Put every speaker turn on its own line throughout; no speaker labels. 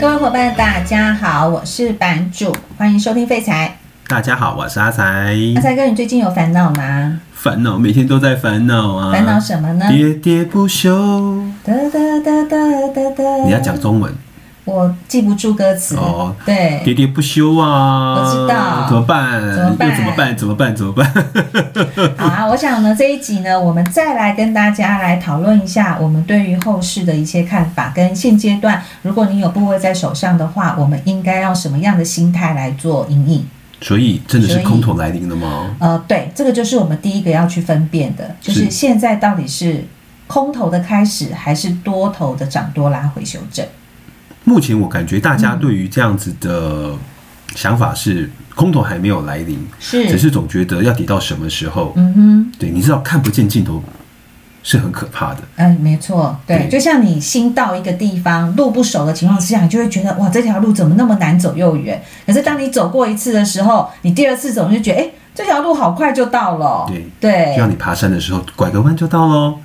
各位伙伴，大家好，我是版主，欢迎收听废柴。
大家好，我是阿才。
阿才哥，你最近有烦恼吗？
烦恼，每天都在烦恼啊。
烦恼什么呢？
喋喋不休。
哒哒哒哒哒哒。
你要讲中文
我记不住歌词。
哦
对，
喋喋不休啊。
哎我知道
怎么办？
怎么办
又怎么办？怎么办？怎么办？
好啊，我想呢，这一集呢，我们再来跟大家来讨论一下我们对于后市的一些看法，跟现阶段如果你有部位在手上的话，我们应该要什么样的心态来做阴影？
所以真的
所
是
以
空头来临了吗？
呃，对，这个就是我们第一个要去分辨的，就是
是
现在到底是空头的开始，还是多头的涨多拉回修正？
目前我感觉大家对于这样子的想法是空头还没有来临，只
是，
是总觉得要跌到什么时候？
嗯哼，
对，你知道看不见尽头是很可怕的。
嗯，没错，对，
对
就像你新到一个地方，路不熟的情况之下，你就会觉得哇，这条路怎么那么难走又远？可是当你走过一次的时候，你第二次走你就觉得，哎，这条路好快就到了。哦
对就
对
像，你爬山的时候，拐个弯就到喽。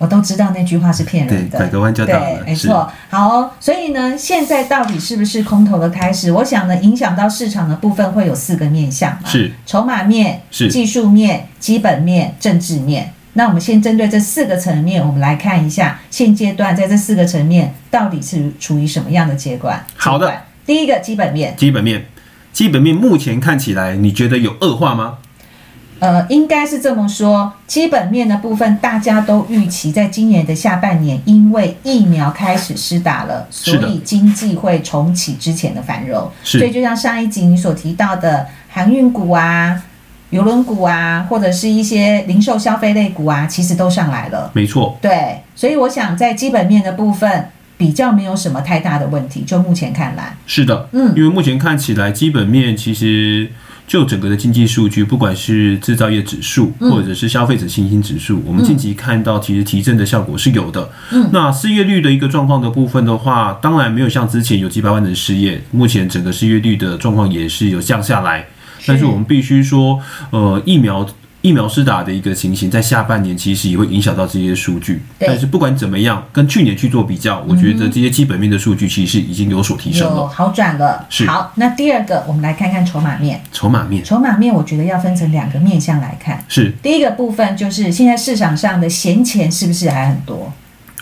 我都知道那句话是骗
对，
人的。
拐个弯就到
对
了，。
没
是
错。好、哦，所以呢，现在到底是不是空头的开始？我想呢，影响到市场的部分会有四个面向嘛，
是
筹码面、
是
技术面、基本面、政治面。那我们先针对这四个层面，我们来看一下现阶段在这四个层面到底是处于什么样的阶段。
好的
阶段，第一个基本面，
基本面，基本面目前看起来，你觉得有恶化吗？
呃，应该是这么说，基本面的部分大家都预期，在今年的下半年，因为疫苗开始施打了，所
是的
以经济会重启之前的繁荣。
是
所以就像上一集你所提到的航运股啊、邮轮股啊，或者是一些零售消费类股啊，其实都上来了。
没错，
对，所以我想在基本面的部分比较没有什么太大的问题，就目前看来，
是的，
嗯
因为目前看起来，基本面其实就整个的经济数据，不管是制造业指数，
嗯
或者是消费者信心指数，我们近期看到其实提振的效果是有的。
嗯，
那失业率的一个状况的部分的话，当然没有像之前有几百万人失业，目前整个失业率的状况也是有降下来。但是我们必须说，呃，疫苗疫苗施打的一个情形，在下半年其实也会影响到这些数据。
对嗯
但是不管怎么样，跟去年去做比较，我觉得这些基本面的数据其实已经有所提升
有
了。
好转了。
是
好，那第二个，我们来看看筹码面。
筹码面
筹码面，我觉得要分成两个面向来看。
是
第一个部分就是现在市场上的闲钱是不是还很多？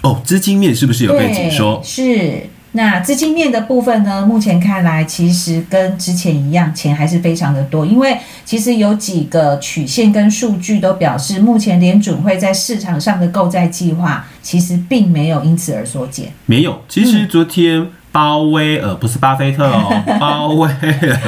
哦，资金面是不是有被紧缩？
是。那资金面的部分呢？目前看来，其实跟之前一样，钱还是非常的多。因为其实有几个曲线跟数据都表示，目前联准会在市场上的购债计划其实并没有因此而缩减。
没有，其实昨天鲍威尔不是巴菲 特哦，鲍威尔，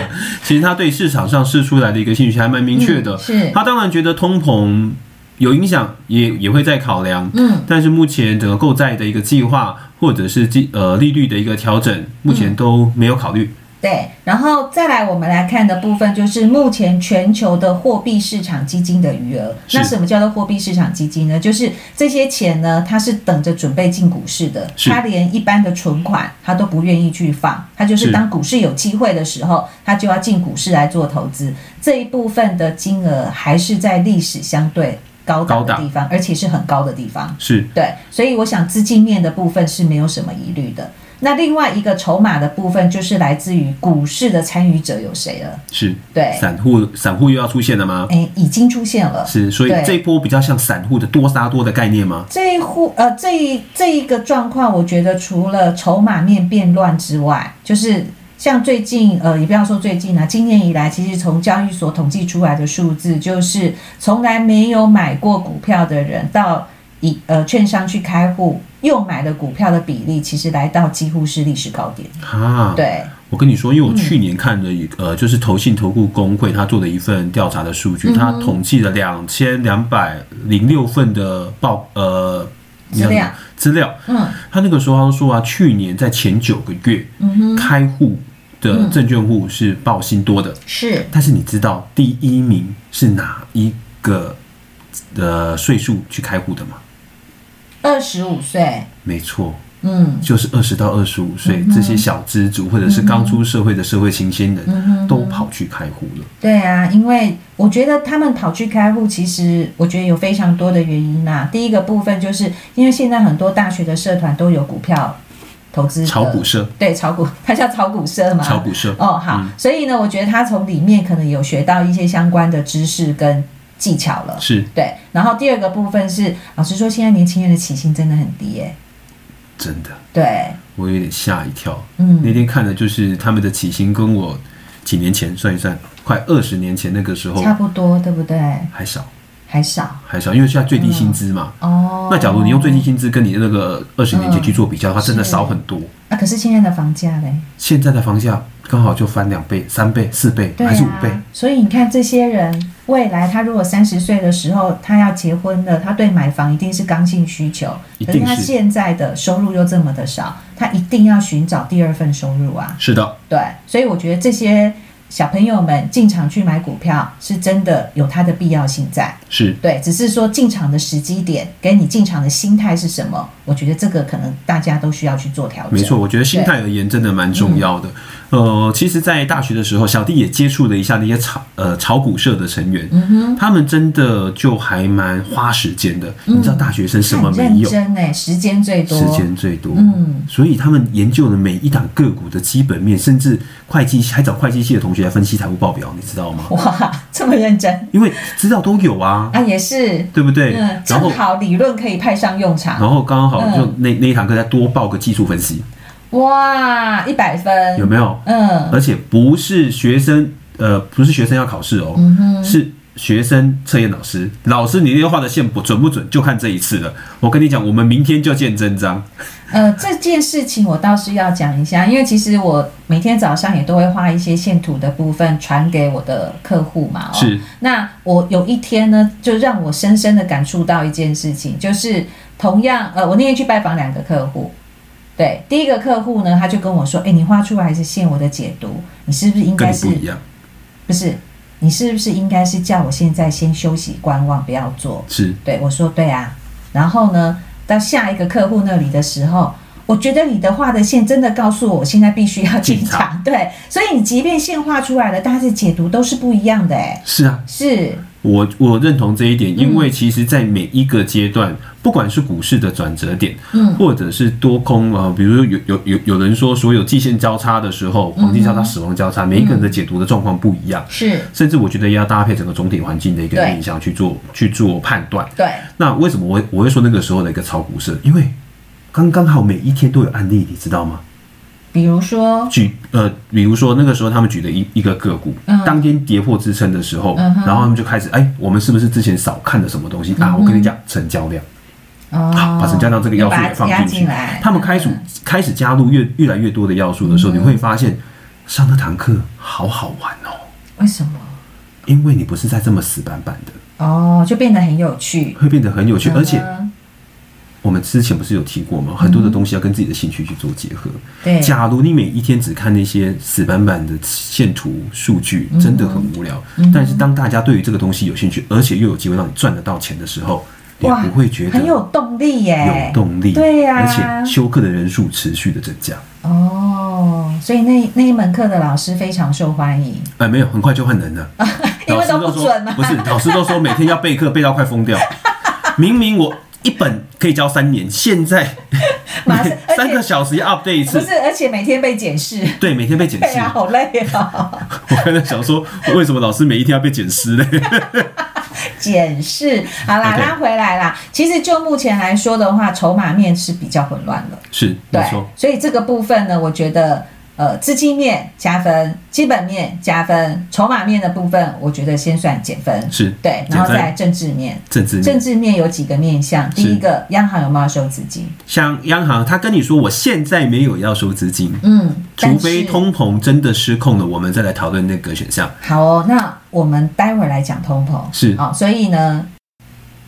其实他对市场上释出来的一个兴趣还蛮明确的。
嗯是
他当然觉得通膨有影响，也也会在考量。
嗯，
但是目前整个购债的一个计划，或者是计呃利率的一个调整，
嗯
目前都没有考虑。
对，然后再来我们来看的部分就是目前全球的货币市场基金的余额。
是
那什么叫做货币市场基金呢？就是这些钱呢，它是等着准备进股市的，
是
它连一般的存款它都不愿意去放，它就是
是
当股市有机会的时候，它就要进股市来做投资。这一部分的金额还是在历史相对高档
高
的
档
地方，而且是很高的地方。
是
对，所以我想资金面的部分是没有什么疑虑的。那另外一个筹码的部分，就是来自于股市的参与者有谁了？
是，
对，
散户散户又要出现了吗？
哎，已经出现了。
是，所以
对
这一波比较像散户的多杀多的概念吗？
这一户呃，这一这一个状况，我觉得除了筹码面变乱之外，就是像最近呃，也不要说最近啊，今年以来，其实从交易所统计出来的数字，就是从来没有买过股票的人到以呃券商去开户又买了股票的比例，其实来到几乎是历史高点。
啊，
对，
我跟你说，
嗯
因为我去年看了一个、呃，就是投信投顾工会他做的一份调查的数
嗯
据，他统计了两千两百零六份的报呃
资料
资料，
嗯，
他那个时候他说啊，去年在前九个月，开户的证券户是报新多的，
是
但是你知道第一名是哪一个呃岁数去开户的吗？
二十五岁，
没错，
嗯，
就是二十到二十五岁这些小资族或者是刚出社会的社会新鲜
嗯
人，都跑去开户了。
对啊，因为我觉得他们跑去开户，其实我觉得有非常多的原因啦、第一个部分就是因为现在很多大学的社团都有股票。投资
炒
的
股社，
对炒股，它叫炒股社嘛，
炒股社，
哦，
嗯
好，所以呢，我觉得他从里面可能有学到一些相关的知识跟技巧了。
是
对，然后第二个部分是，老实说，现在年轻人的起薪真的很低耶、
真的，
对，
我有点吓一跳。那
嗯，
天看的就是他们的起薪，跟我几年前算一算，快二十年前那个时候
差不多，对不对？
还少，
还少
还少，因为现在最低薪资嘛。
哦。
那假如你用最低薪资跟你那个二十年前去做比较的话，真的少很多。
啊，可是现在的房价嘞，
现在的房价刚好就翻两倍、三倍、四倍，
对
还是五倍。
啊，所以你看这些人，未来他如果三十岁的时候他要结婚了，他对买房一定是刚性需求，
一
可
定是
是他现在的收入又这么的少，他一定要寻找第二份收入啊。
是的，
对，所以我觉得这些小朋友们进场去买股票是真的有它的必要性在。
是
对，只是说进场的时机点跟你进场的心态是什么，我觉得这个可能大家都需要去做调整。
没错。，我觉得心态而言真的蛮重要的。呃，其实，在大学的时候，小弟也接触了一下那些炒呃炒股社的成员，
嗯哼，
他们真的就还蛮花时间的。
嗯
你知道大学生什么
很
没
认
有？
真哎，时间最多，
时间最多，
嗯，
所以他们研究了每一档个股的基本面，甚至会计系还找会计系的同学来分析财务报表，你知道吗？
哇，这么认真
因为资料都有啊，
啊，也是，
对不对？
嗯，
然
正
后
好嗯理论可以派上用场，
然后刚好就那、那一堂课再多报个技术分析，
哇，一百分，
有没有？
嗯
而且不是学生，呃，不是学生要考试哦，
嗯哼，
是学生测验老师，老师你那天画的线不准不准，就看这一次了。我跟你讲，我们明天就见真章。
呃，这件事情我倒是要讲一下，因为其实我每天早上也都会画一些线图的部分传给我的客户嘛、哦。。
是
那我有一天呢，就让我深深的感触到一件事情，就是同样，呃，我那天去拜访两个客户，对，第一个客户呢，他就跟我说，哎，你画出来是线，我的解读，你是不是应
跟
该
你
是
不一样，
不是？你是不是应该是叫我现在先休息观望，不要做？
是
对，我说对啊。然后呢，到下一个客户那里的时候，我觉得你的画的线真的告诉我，我现在必须要进
进场
场。 对，所以你即便线画出来了，大家的解读都是不一样的、哎，
是啊，
是，
我我认同这一
嗯
点，因为其实，在每一个阶段，不管是股市的转折点，
嗯
或者是多空啊、呃比如说有有有有人说，所有季线交叉的时
嗯
候，黄金交叉、死亡交叉，每一个人的解读的状况不一样，
是，
甚至我觉得也要搭配整个总体环境的一个
对
面向去做去做判断。
对，
那为什么我我会说那个时候的一个炒股市？因为刚刚好每一天都有案例，你知道吗？
比如说，
举呃，比如说那个时候他们举的一一个个股，
嗯
当天跌破支撑的时候，
嗯哼嗯
然后他们就开始，哎，我们是不是之前少看了什么东西啊？我跟你讲，成交量，
哦
啊，把成交量这个要素也
把它
放
压
进去
来，
他们开始
嗯
开始加入越越来越多的要素的时候，你会发现上那堂课好好玩哦，
为什么？
因为你不是在这么死板板的，
哦，就变得很有趣，
会变得很有趣，而且
嗯
我们之前不是有提过吗？很多的东西要跟自己的兴趣去做结合。
对，
假如你每一天只看那些死板板的线图数据，
嗯
真的很无聊。但是当大家对于这个东西有兴趣，而且又有机会让你赚得到钱的时候，你
哇
不会觉得
很有动力耶，
有动力，
对呀、
而且休课的人数持续的增加。
哦，所以那那一门课的老师非常受欢迎，
哎，没有，很快就换人了。
因
老
为
师
都
都
不
说
准嘛。啊
不是，老师都说每天要备课，备到快疯掉。明明我一本可以教三年，现在
马上而且
三个小时要 update 一
不
次。
是，而且每天被检视，
对，每天被检
对啊
视
呀、。好累哦，
我刚才想说，为什么老师每一天要被 检尸嘞？
检视。好啦，
OK
拉回来啦。其实就目前来说的话，筹码面是比较混乱了，
是，
对
没错，，
所以这个部分呢，我觉得。呃，资金面加分，基本面加分，筹码面的部分，我觉得先算减分，
是
对，然后
减分
再来政治面。
政治
政
面。
治面有几个面向，第一个，央行有没有收资金？
像央行，他跟你说我现在没有要收资金，
嗯，但
除
是
非通膨真的失控了，我们再来讨论那个选项。
好哦，那我们待会儿来讲通膨
是
哦，所以呢，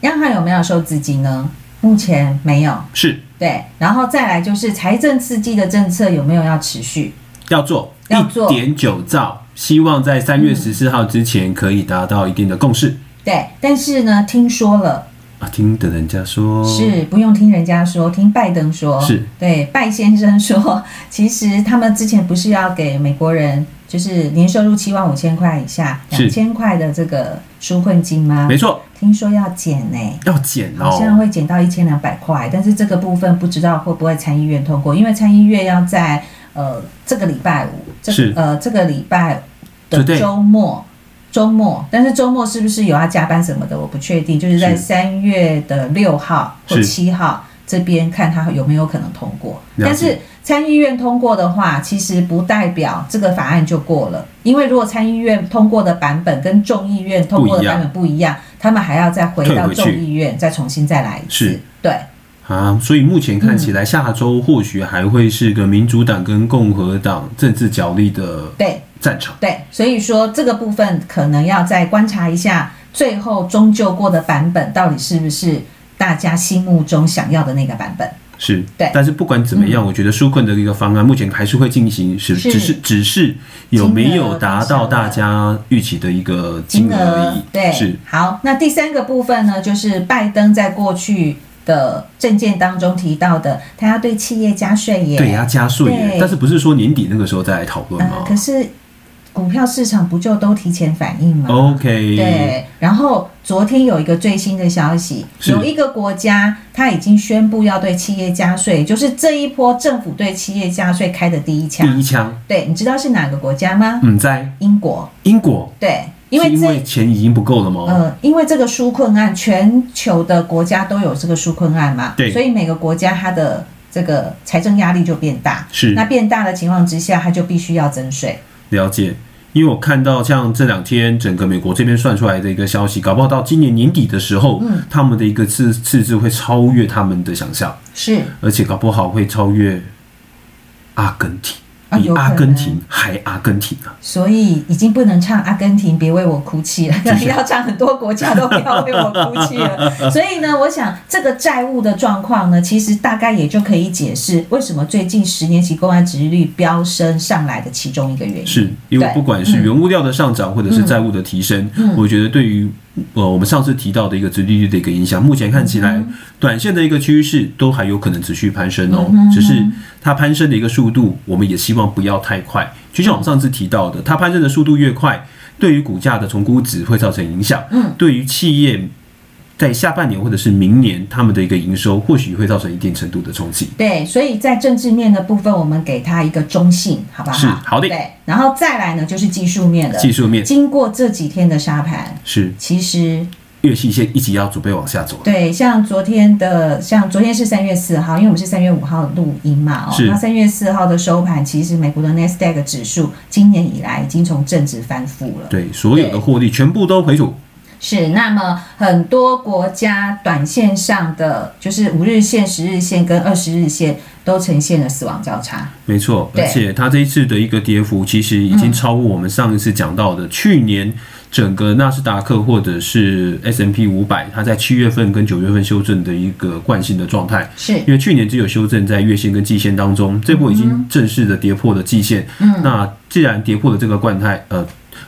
央行有没有收资金呢？目前没有，
是
对，然后再来就是财政刺激的政策有没有要持续？
要做
要
一
做
点九兆，希望在三月十四号之前可以达到一定的共识
对，但是呢，听说了
啊。听的人家说，
是不用听人家说，听拜登说，
哦是
对拜先生说，其实他们之前不是要给美国人就是年收入七万五千块以下，两
是
千块的这个纾困金吗？
没错，
听说要减呢、
要减
好像
哦，
会减到一千两百块，但是这个部分不知道会不会参议院通过，因为参议院要在呃这个礼拜五，这
是
呃这个礼拜的
Today
周末。周末，但是周末是不是有要加班什么的，我不确定。就是在
是
三月的六号或
是
七号这边看他有没有可能通过。
了解
但是参议院通过的话，其实不代表这个法案就过了，因为如果参议院通过的版本跟众议院通过的版本不一样，他们还要再回到众议院，再重新再来一次
是。
对，
啊，所以目前看起
嗯
来下周或许还会是个民主党跟共和党政治角力的
对，
战场。
对，所以说这个部分可能要再观察一下，最后终究过的版本到底是不是大家心目中想要的那个版本？
是，
对嗯
但是不管怎么样，我觉得纾困的一个方案目前还是会进行，是，
是
只是只是有没有达到大家预期的一个金额而已。
对，
是
好，那第三个部分呢，就是拜登在过去的政见当中提到的，他要对企业加税耶。
对，要加税耶
对，
但是不是说年底那个时候再来讨论
呃
吗，
可是股票市场不就都提前反应吗？
？OK，
对，然后昨天有一个最新的消息，
是
有一个国家它已经宣布要对企业加税，就是这一波政府对企业加税开的第一
第
枪。
一枪，
对，你知道是哪个国家吗？
嗯，在
英国。
英国，
对，因
是
为
因
这
为哦钱已经不够了吗？
呃，因为这个纾困案，全球的国家都有这个纾困案嘛，
对
所以每个国家它的这个财政压力就变大。
是
那变大的情况之下，它就必须要增税。
了解。因为我看到像这两天整个美国这边算出来的一个消息，搞不好到今年年底的时候，
嗯
他们的一个赤赤字会超越他们的想象。
是
而且搞不好会超越阿根廷，
啊
比
有可能
阿根廷还阿根廷啊！
所以已经不能唱阿根廷，别为我哭泣了，
谢谢
要唱很多国家都不要为我哭泣 了。所以呢，我想这个债务的状况呢，其实大概也就可以解释为什么最近十年期公安值率飙升上来的其中一个原因。
是因为
对嗯
不管是原物料的上涨，或者是债务的提升，我觉得对于呃我们上次提到的一个殖利率的一个影响，目前看起来
嗯
短线的一个趋势都还有可能持续攀升
嗯
哦，只是它攀升的一个速度，我们也希望不要太快。就像我们上次提到的，它攀升的速度越快，对于股价的重估值会造成影响，
嗯
对于企业。在下半年或者是明年，他们的一个营收或许会造成一定程度的冲击。
对，所以在政治面的部分，我们给它一个中性，好不好？
是好的
对，然后再来呢，就是技术面了。
技术面
经过这几天的沙盘，
是
其实
月细线一直要准备往下走了。
对，像昨天的，像昨天是三月四号，因为我们是三月五号录音嘛，哦，
是
那三月四号的收盘，其实美国的 n a s d a q 指数今年以来已经从正值翻覆了。
对，所有的获利全部都回吐。
是，那么很多国家短线上的，就是五日线、十日线跟二十日线都呈现了死亡交叉。
没错，
对嗯
而且它这一次的一个跌幅，其实已经超过我们上一次讲到的、去年整个纳斯达克或者是 S M P 五百，它在七月份跟九月份修正的一个惯性的状态。
是，
因为去年只有修正在月线跟季线当中，这波已
嗯
经正式的跌破了季线。嗯，那既然跌破了这个惯态，呃，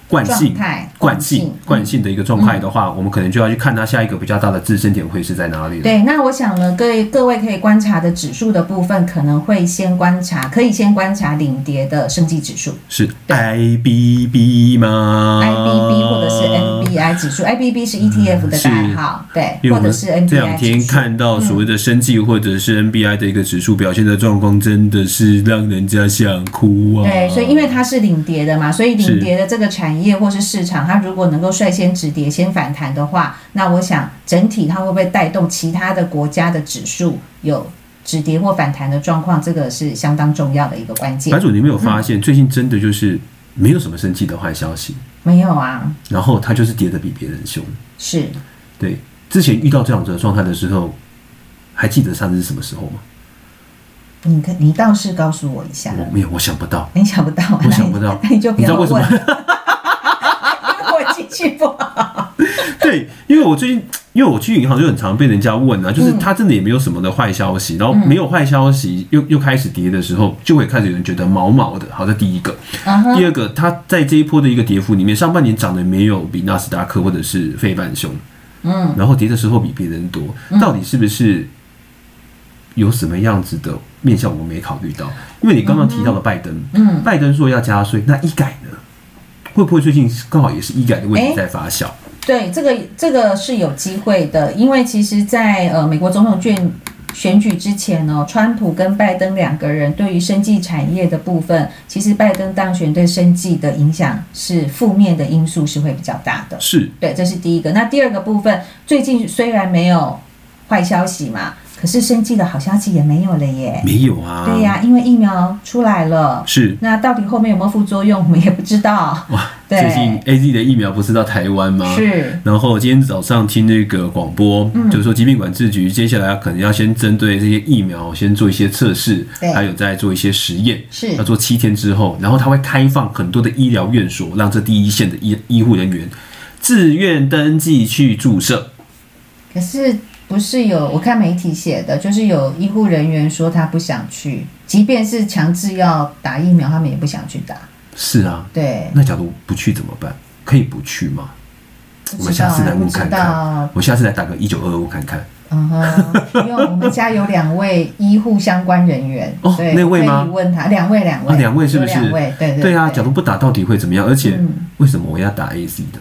惯
状
性
态
惯性惯
嗯
性的一个状态的话，我们可能就要去看它下一个比较大的支撑点会是在哪里了。
对，那我想呢，各位各位可以观察的指数的部分，可能会先观察，可以先观察领跌的升绩指数。
是 IBB 吗啊
IBB 或者是 NBI 指数，IBB 是 ETF 的代号，
嗯因
对，
为
或
我
者
们
是
这两
NBI 指
天
数。嗯
看到所谓的生计或者是 NBI 的一个指数表现的状况，真的是让人家想哭啊！
对，所以因为它是领跌的嘛，所以领跌的这个产业或是市场，它如果能够率先止跌、先反弹的话，那我想整体它会不会带动其他的国家的指数有止跌或反弹的状况？这个是相当重要的一个关键
白。主，你有没有发
嗯
现最近真的就是没有什么生计的坏消息，
没有啊，
然后它就是跌得比别人凶。
是
对，之前遇到这样子的状态的时候，还记得上次是什么时候吗？
你可你倒是告诉我一下，
我没有，我想不到。
你想不到啊，
我想不到
那你就不
你知
要
道为
问
什么
了，因为我记性不好。
对，因为我最近，因为我去银行就很常被人家问啊，
嗯
就是他真的也没有什么的坏消息，然后没有坏消息又又开始跌的时候，就会开始有人觉得毛毛的。好，这第一个，
嗯哼
第二个，它在这一波的一个跌幅里面，上半年涨的没有比纳斯达克或者是费半凶，
嗯，
然后跌的时候比别人多，到底是不是有什么样子的面向我们没考虑到？因为你刚刚提到了拜登，
嗯，
拜登说要加税，那医改呢？会不会最近刚好也是医改的问题在发酵？
对，这个这个是有机会的，因为其实在，呃美国总统卷选举之前呢、川普跟拜登两个人对于生技产业的部分，其实拜登当选对生技的影响是负面的因素是会比较大的。
是
对，这是第一个。那第二个部分，最近虽然没有坏消息嘛，可是生技的好消息也没有了耶。
没有啊？
对呀、因为疫苗出来了，
是
那到底后面有没有副作用，我们也不知道。
哇，
对
最近 A Z 的疫苗不是到台湾吗？
是，嗯
然后今天早上听那个广播，就是说疾病管制局接下来可能要先针对这些疫苗先做一些测试，
对
还有再做一些实验，
是
要做七天之后，然后他会开放很多的医疗院所，让这第一线的医医护人员自愿登记去注射。
可是不是有我看媒体写的，就是有医护人员说他不想去，即便是强制要打疫苗，他们也不想去打。
是啊，
对，
那假如不去怎么办？可以不去吗？我
不
们
知
下
道
次来
不
问
知
看
道
看，。我下次来打个一九二问看看。
嗯哼，不用，我们家有两位医护相关人员，
哦
对，
那位吗
可以问他，两位，两位，
啊两位是不是
有两位，对对
对啊，假如不打到底会怎么样？而且
嗯
为什么我要打 A Z 的？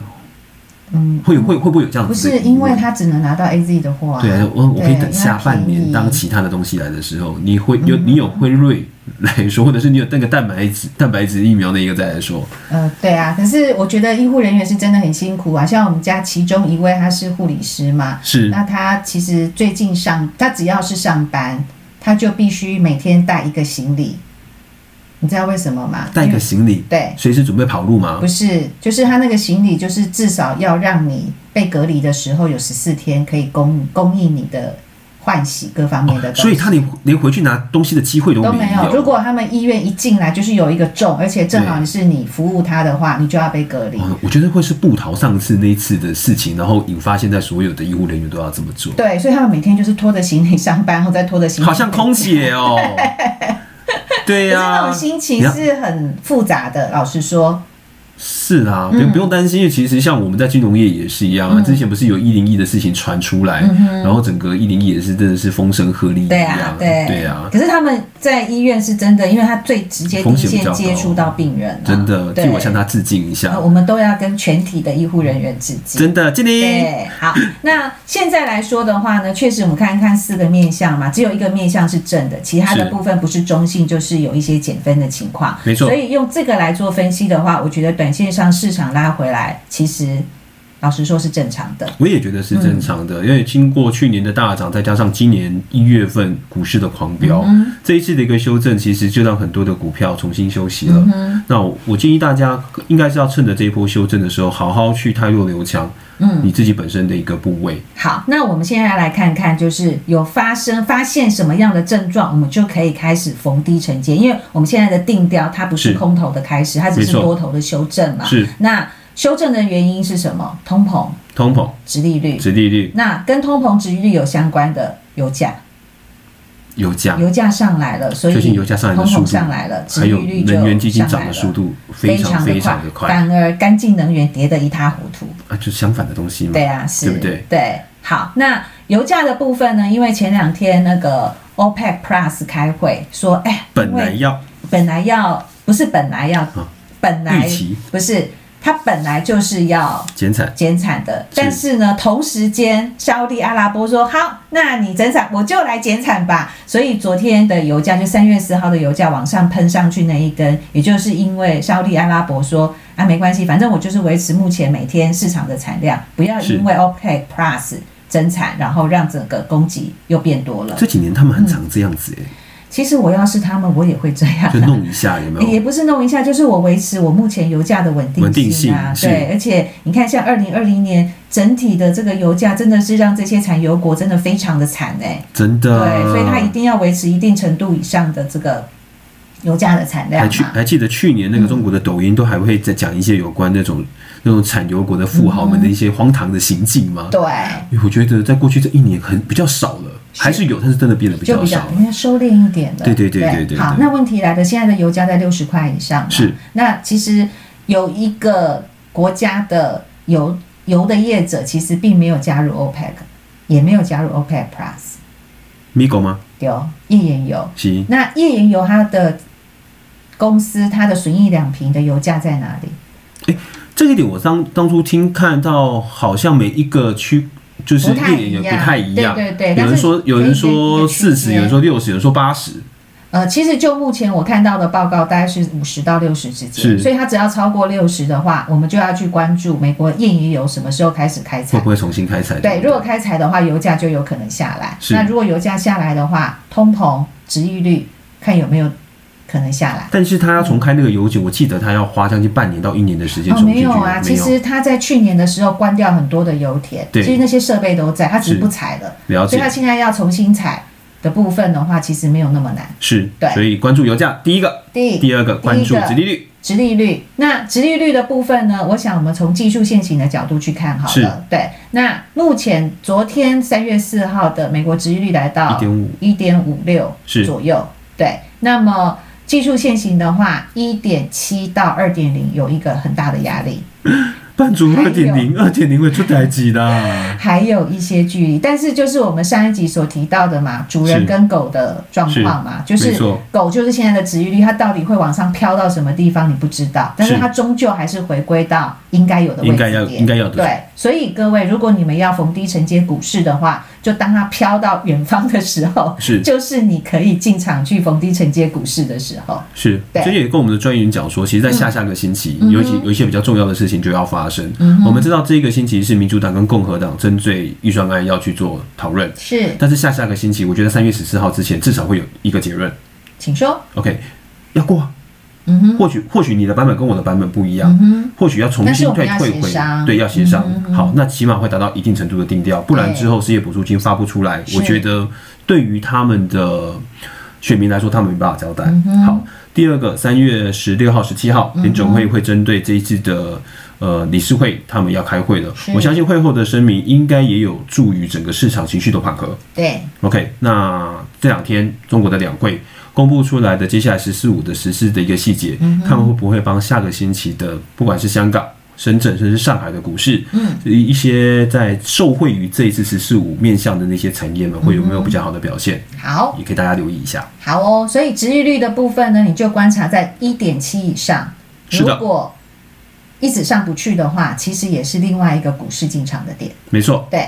嗯，
会会会不会有这样
不
子的
是
疑问？
因为他只能拿到 A Z 的货啊，
对啊，我我可以
对
等下半年，当其他的东西来的时候，你会有
嗯
你有辉瑞来说，或者是你有那个蛋白质蛋白质疫苗那个再来说，
因为他便宜呃，对啊，可是我觉得医护人员是真的很辛苦啊，像我们家其中一位他是护理师嘛，
是
那他其实最近上，他只要是上班，他就必须每天带一个行李。你知道为什么吗？
带一
因
个
为
行李，
嗯对，
随时准备跑路吗
不？是，就是他那个行李，就是至少要让你被隔离的时候有十四天可以供供应你的换洗各方面的东西。
哦所以他连连回去拿东西的机会都
都
没
没有。如果他们医院一进来就是有一个重，而且正好
对
你是你服务他的话，你就要被隔离。
哦我觉得会是布桃上次那一次的事情，然后引发现在所有的医护人员都要这么做，
对，所以他们每天就是拖着行李上班，然后再拖着行李。
好像空姐 哦。对啊
可是
呀、
那种心情是很复杂的，老实说，
是啊，不
嗯
不用担心，因为其实像我们在金融业也是一样啊。
嗯
之前不是有一零一的事情传出来，然后整个一零一也是真的是风声鹤唳一样，
对啊，对
对啊，
可是他们在医院是真的，因为他最直接第
风
一
险比
线
较高
接触到病人、啊，
真的
对
替我向他致敬一
呃
下，
我们都要跟全体的医护人员致敬。
真的敬礼。
对，好，那现在来说的话呢，确实我们看看四个面相嘛，只有一个面相是正的，其他的
是
部分不是中性，就是有一些减分的情况。
没错
所以用这个来做分析的话，我觉得短线上市场拉回来，其实老实说是正常的。
我也觉得是正常
嗯
的，因为经过去年的大涨，再加上今年一月份股市的狂飙，
嗯
这一次的一个修正，其实就让很多的股票重新休息了。
嗯
那我我建议大家应该是要趁着这一波修正的时候，好好去汰弱留强，
嗯，
你自己本身的一个部位。
好，那我们现在来看看，就是有发生发现什么样的症状，我们就可以开始逢低承接，因为我们现在的定调它不是
是
空头的开始，它只是
没错
多头的修正嘛。
是
那修正的原因是什么？通膨、
通膨、
殖利率。
殖利率、
那跟通膨、殖利率有相关的油价，
油价，
油价上来了，所以
最近油价上来的
通
速
膨
度
上来了，殖
还
利
有
率就
能源基金
上
涨
来
的
了
速度非常非常的快
反而干净能源跌得一塌糊涂。
啊，就是相反的东西嘛。
对啊，是，
对不对？
好，那油价的部分呢？因为前两天那个 OPEC Plus 开会说，哎，
本来
因为
要啊
本来要不是本来要，本来
预期
不是，它本来就是要
减产，
减产的，但是呢，同时间沙地阿拉伯说好，那你减产，我就来减产吧。所以昨天的油价，就三月四号的油价往上喷上去那一根，也就是因为沙地阿拉伯说啊，没关系，反正我就是维持目前每天市场的产量，不要
是
因为 OPEC Plus 增产，然后让整个供给又变多了
这。几年他们很常这样
嗯
子、欸，
其实我要是他们，我也会这样、啊，
就弄一下有没
也
有？
不是弄一下，就是我维持我目前油价的稳定
哦稳定性
啊。
是
对，而且你看，像二零二零年整体的这个油价，真的是让这些产油国真的非常的惨哎、
真的，
对，所以它一定要维持一定程度以上的这个油价的产量啊
还去
嘛。
还记得去年那个中国的抖音都还会在讲一些有关那种那种产油国的富豪们的一些荒唐的行径吗？
对，
因为我觉得在过去这一年很比较少了，
是
还是有，但是真的变得比
就
较
比较
少了。
应该收敛一点了。
对对对对对
好，
对
那问题来了，现在的油价在六十块以上嘛，啊
是
那其实有一个国家的油油的业者，其实并没有加入 OPEC，也没有加入 OPEC Plus。
Migo 吗？
有页岩油。
是
那页岩油它的公司它的损益两平的油价在哪里？
这一点，我当当初听看到，好像每一个区就是
不太
页岩
一
油
样，
不太一样。
对对对，但
有人
是
说有人说四十，
可以给一个区间
有人说六十，有人说八十，
呃，其实就目前我看到的报告，大概是五十到六十之间，
是
所以它只要超过六十的话，我们就要去关注美国页岩油什么时候开始开
会
采。
不会重新开采？
对，如果开采的话，油价就有可能下来。
是
那如果油价下来的话，通膨、值利率看有没有可能下来。
但是他要重开那个油井，我记得他要花将近半年到一年的时间
哦，
重新
没
去
有
油
啊，其实他在去年的时候关掉很多的油田，其
对
实那些设备都在，他只是
是
不采了，
了
所以他
解
现在要重新采的部分的话，其实没有那么难。
是
对，
所以关注油价，第一个，
第一，
第二个关注殖利率，
殖利率。那殖利率的部分呢，我想我们从技术线型的角度去看好
是
了。对，那目前昨天三月四号的美国殖利率来
一
到
点五
一点五六
是
左右，对。那么技术线型的话，一点七到二点零有一个很大的压力，
半足
还有
二点零，二点零会出台几的，啊
还有一些距离。但是就是我们上一集所提到的嘛，主人
是
跟狗的状况嘛，就是
没错，
狗就是现在的值域率，它到底会往上飘到什么地方，你不知道，但是
是
它终究还是回归到应该有的位
应
置
该要
点。
应该要的，
对，所以各位，如果你们要逢低承接股市的话，就当它飘到远方的时候，
是
就是你可以进场去逢低承接股市的时候。
是，
对
这也跟我们的专员讲说，其实，在下下个星期，
嗯
有一些有一些比较重要的事情就要发生。我们知道这个星期是民主党跟共和党针对预算案要去做讨论，
是，
但是下下个星期，我觉得三月十四号之前至少会有一个结论。
请说。
OK，要过啊，
嗯哼，
或许或许你的版本跟我的版本不一样，
嗯哼，
或许要重新再
但是我
退
们要协
回
商，
对，要协商。
嗯哼
好，那起码会达到一定程度的定调，不然之后失业补助金发不出来，
是
我觉得对于他们的选民来说，他们没办法交代。
嗯哼嗯
好，第二个，三月十六号、十七号，联总会会针对这一次的。呃，理事会他们要开会了
是，
我相信会后的声明应该也有助于整个市场情绪的缓和。
对，
OK，那这两天中国的两会公布出来的接下来“十四五”的实施的一个细节，看会不会帮下个星期的不管是香港、深圳，甚至上海的股市，
嗯，
一一些在受惠于这一次“十四五”面向的那些产业们，会有没有比较好的表现，
好，
也可以大家留意一下。
好哦。所以值利率的部分呢，你就观察在一点七以上，
是
如
的
果一直上不去的话，其实也是另外一个股市进场的点。
没错，
对。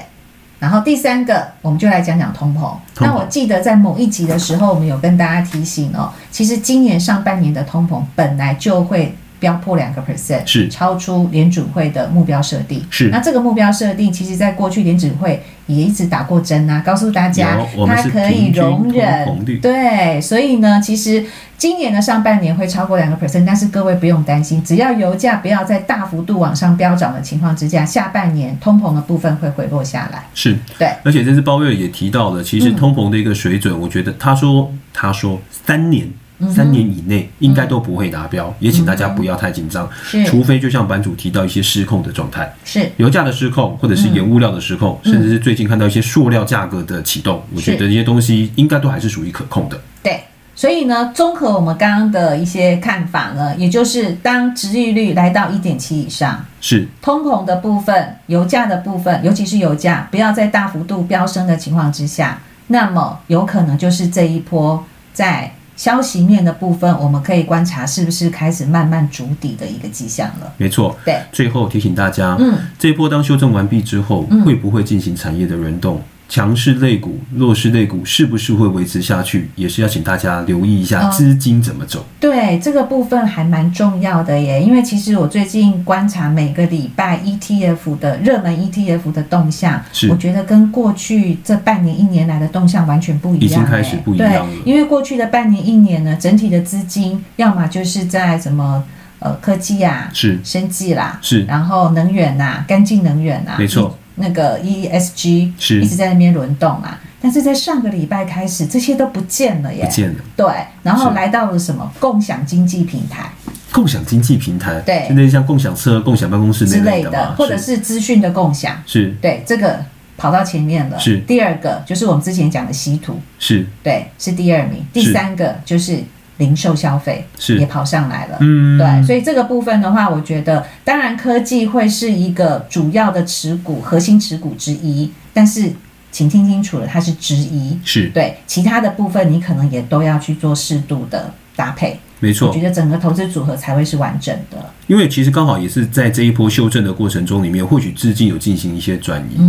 然后第三个，我们就来讲讲通膨。
通膨
那我记得在某一集的时候，我们有跟大家提醒哦，其实今年上半年的通膨本来就会飙破两个 percent，
是
超出联准会的目标设定。
是
那这个目标设定，其实在过去联准会也一直打过针啊，告诉大家
有我们
它
是
可以
平均
容
通
忍
膨率
对，所以呢，其实今年的上半年会超过两个 percent，但是各位不用担心，只要油价不要在大幅度往上飙涨的情况之下，下半年通膨的部分会回落下来。
是
对，
而且这次鲍威尔也提到了，其实通膨的一个水准，我觉得他说他说三年。三年以内应该都不会达标，也请大家不要太紧张，
是
除非就像版主提到一些失控的状态。
是
油价的失控，或者是原物料的失控，甚至是最近看到一些塑料价格的启动，我觉得这些东西应该都还是属于可控的。
对。所以呢，综合我们刚刚的一些看法呢，也就是当值利率来到一点七以上，
是
通膨的部分、油价的部分，尤其是油价，不要在大幅度飙升的情况之下，那么有可能就是这一波在消息面的部分，我们可以观察是不是开始慢慢筑底的一个迹象了。
没错。
对，
最后提醒大家，
嗯，
这一波当修正完毕之后，会不会进行产业的轮动？强势类股、弱势类股是不是会维持下去，也是要请大家留意一下
嗯
资金怎么走。
对，这个部分还蛮重要的耶，因为其实我最近观察每个礼拜 ETF 的热门 ETF 的动向，
是
我觉得跟过去这半年一年来的动向完全不一样耶，
已经开始不一样了
对，因为过去的半年一年呢，整体的资金要么就是在什么呃科技呀、
是
生技啦，
是
然后能源呐、干净能源呐、
没错
一，那个 ESG
是
一直在那边轮动啊。但是在上个礼拜开始，这些都不见了耶，
不见了。
对，然后
是
来到了什么共享经济平台
共享经济平台，
对
就那些像共享车、共享办公室
之
那
类
类的
的
嘛，，
或者是资讯的共享，
是
对，这个跑到前面了。
是
第二个就是我们之前讲的稀土，
是
对，是第二名。第三个就是零售消费
是
也跑上来了。
嗯，
对，所以这个部分的话，我觉得当然科技会是一个主要的持股、核心持股之一，但是请听清楚了，它是之一。
是
对，其他的部分你可能也都要去做适度的搭配，
没
我
错
觉。得整个投资组合才会是完整的。
因为其实刚好也是在这一波修正的过程中里面，或许资金有进行一些转移，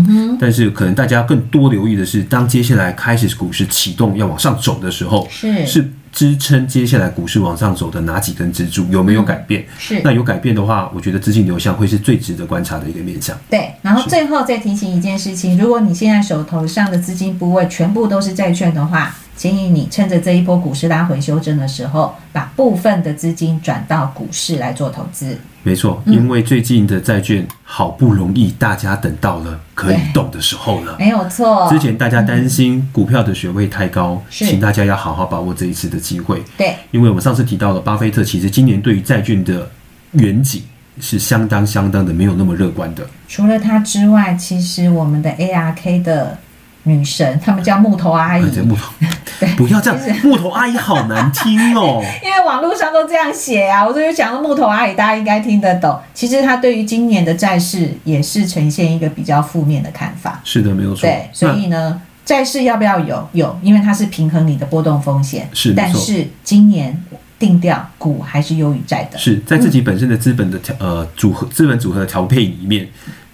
但是可能大家更多留意的是，当接下来开始股市启动要往上走的时候，
是
是支撑接下来股市往上走的哪几根支柱有没有改变？
嗯是
那有改变的话，我觉得资金流向会是最值得观察的一个面向。
对，然后最后再提醒一件事情：如果你现在手头上的资金部位全部都是债券的话，建议你趁着这一波股市拉回修正的时候，把部分的资金转到股市来做投资。
没错，
嗯
因为最近的债券好不容易大家等到了可以动的时候了。
没有错，嗯
之前大家担心股票的学位太高，
是
请大家要好好把握这一次的机会，
对
因为我们上次提到了，巴菲特其实今年对于债券的远景是相当相当的没有那么乐观的。
除了它之外，其实我们的 ARK 的女神，她们叫木头阿姨
而，且木头， 不要这样，木头阿姨好难听 哦。
因为网络上都这样写啊，我就想说木头阿姨大家应该听得懂。其实她对于今年的债市也是呈现一个比较负面的看法。
是的，没有错
对，。所以呢，债市要不要有？有，因为它是平衡你的波动风险。
是没
但
错
是今年定调股还是优于债的。
是在自己本身的资本的调呃组合资本组合的调配里面，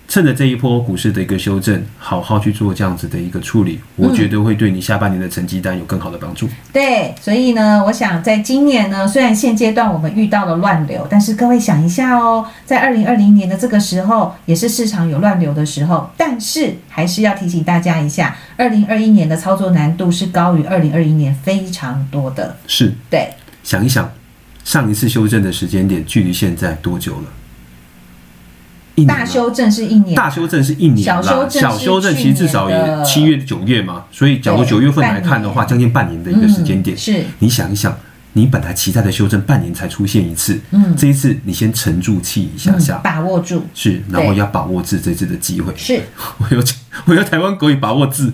趁着这一波股市的一个修正，好好去做这样子的一个处理，
嗯
我觉得会对你下半年的成绩单有更好的帮助。
对，所以呢，我想在今年呢，虽然现阶段我们遇到了乱流，但是各位想一下哦，在二零二零年的这个时候，也是市场有乱流的时候，但是还是要提醒大家一下，二零二一年的操作难度是高于二零二一年非常多的。
是，
对，
想一想，上一次修正的时间点距离现在多久了？一年
大
了
修正是一年，
大修正是一年
小
啦，
修正是
小修正其实至少
去年
也
的
七月九月嘛，所以假如
对
九月份来看的话，
半年
将近半年的一个时间点。
嗯、是。
你想一想，你本来期待的修正半年才出现一次，
嗯
这一次你先沉住气一下下，
嗯把握住，
是，然后要把握住这次的机会。
是
我有我有台湾国语把握住，
已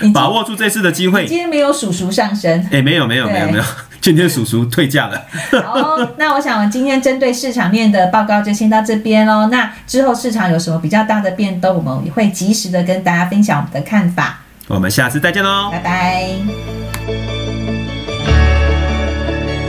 经
把握住这次的机会。。
今天没有叔叔上身
哎、没有没有没有
对
没有，今天叔叔退价了。
好哦，那我想今天针对市场面的报告就先到这边喽。那之后市场有什么比较大的变动，我们也会及时的跟大家分享我们的看法。
我们下次再见喽。
拜拜。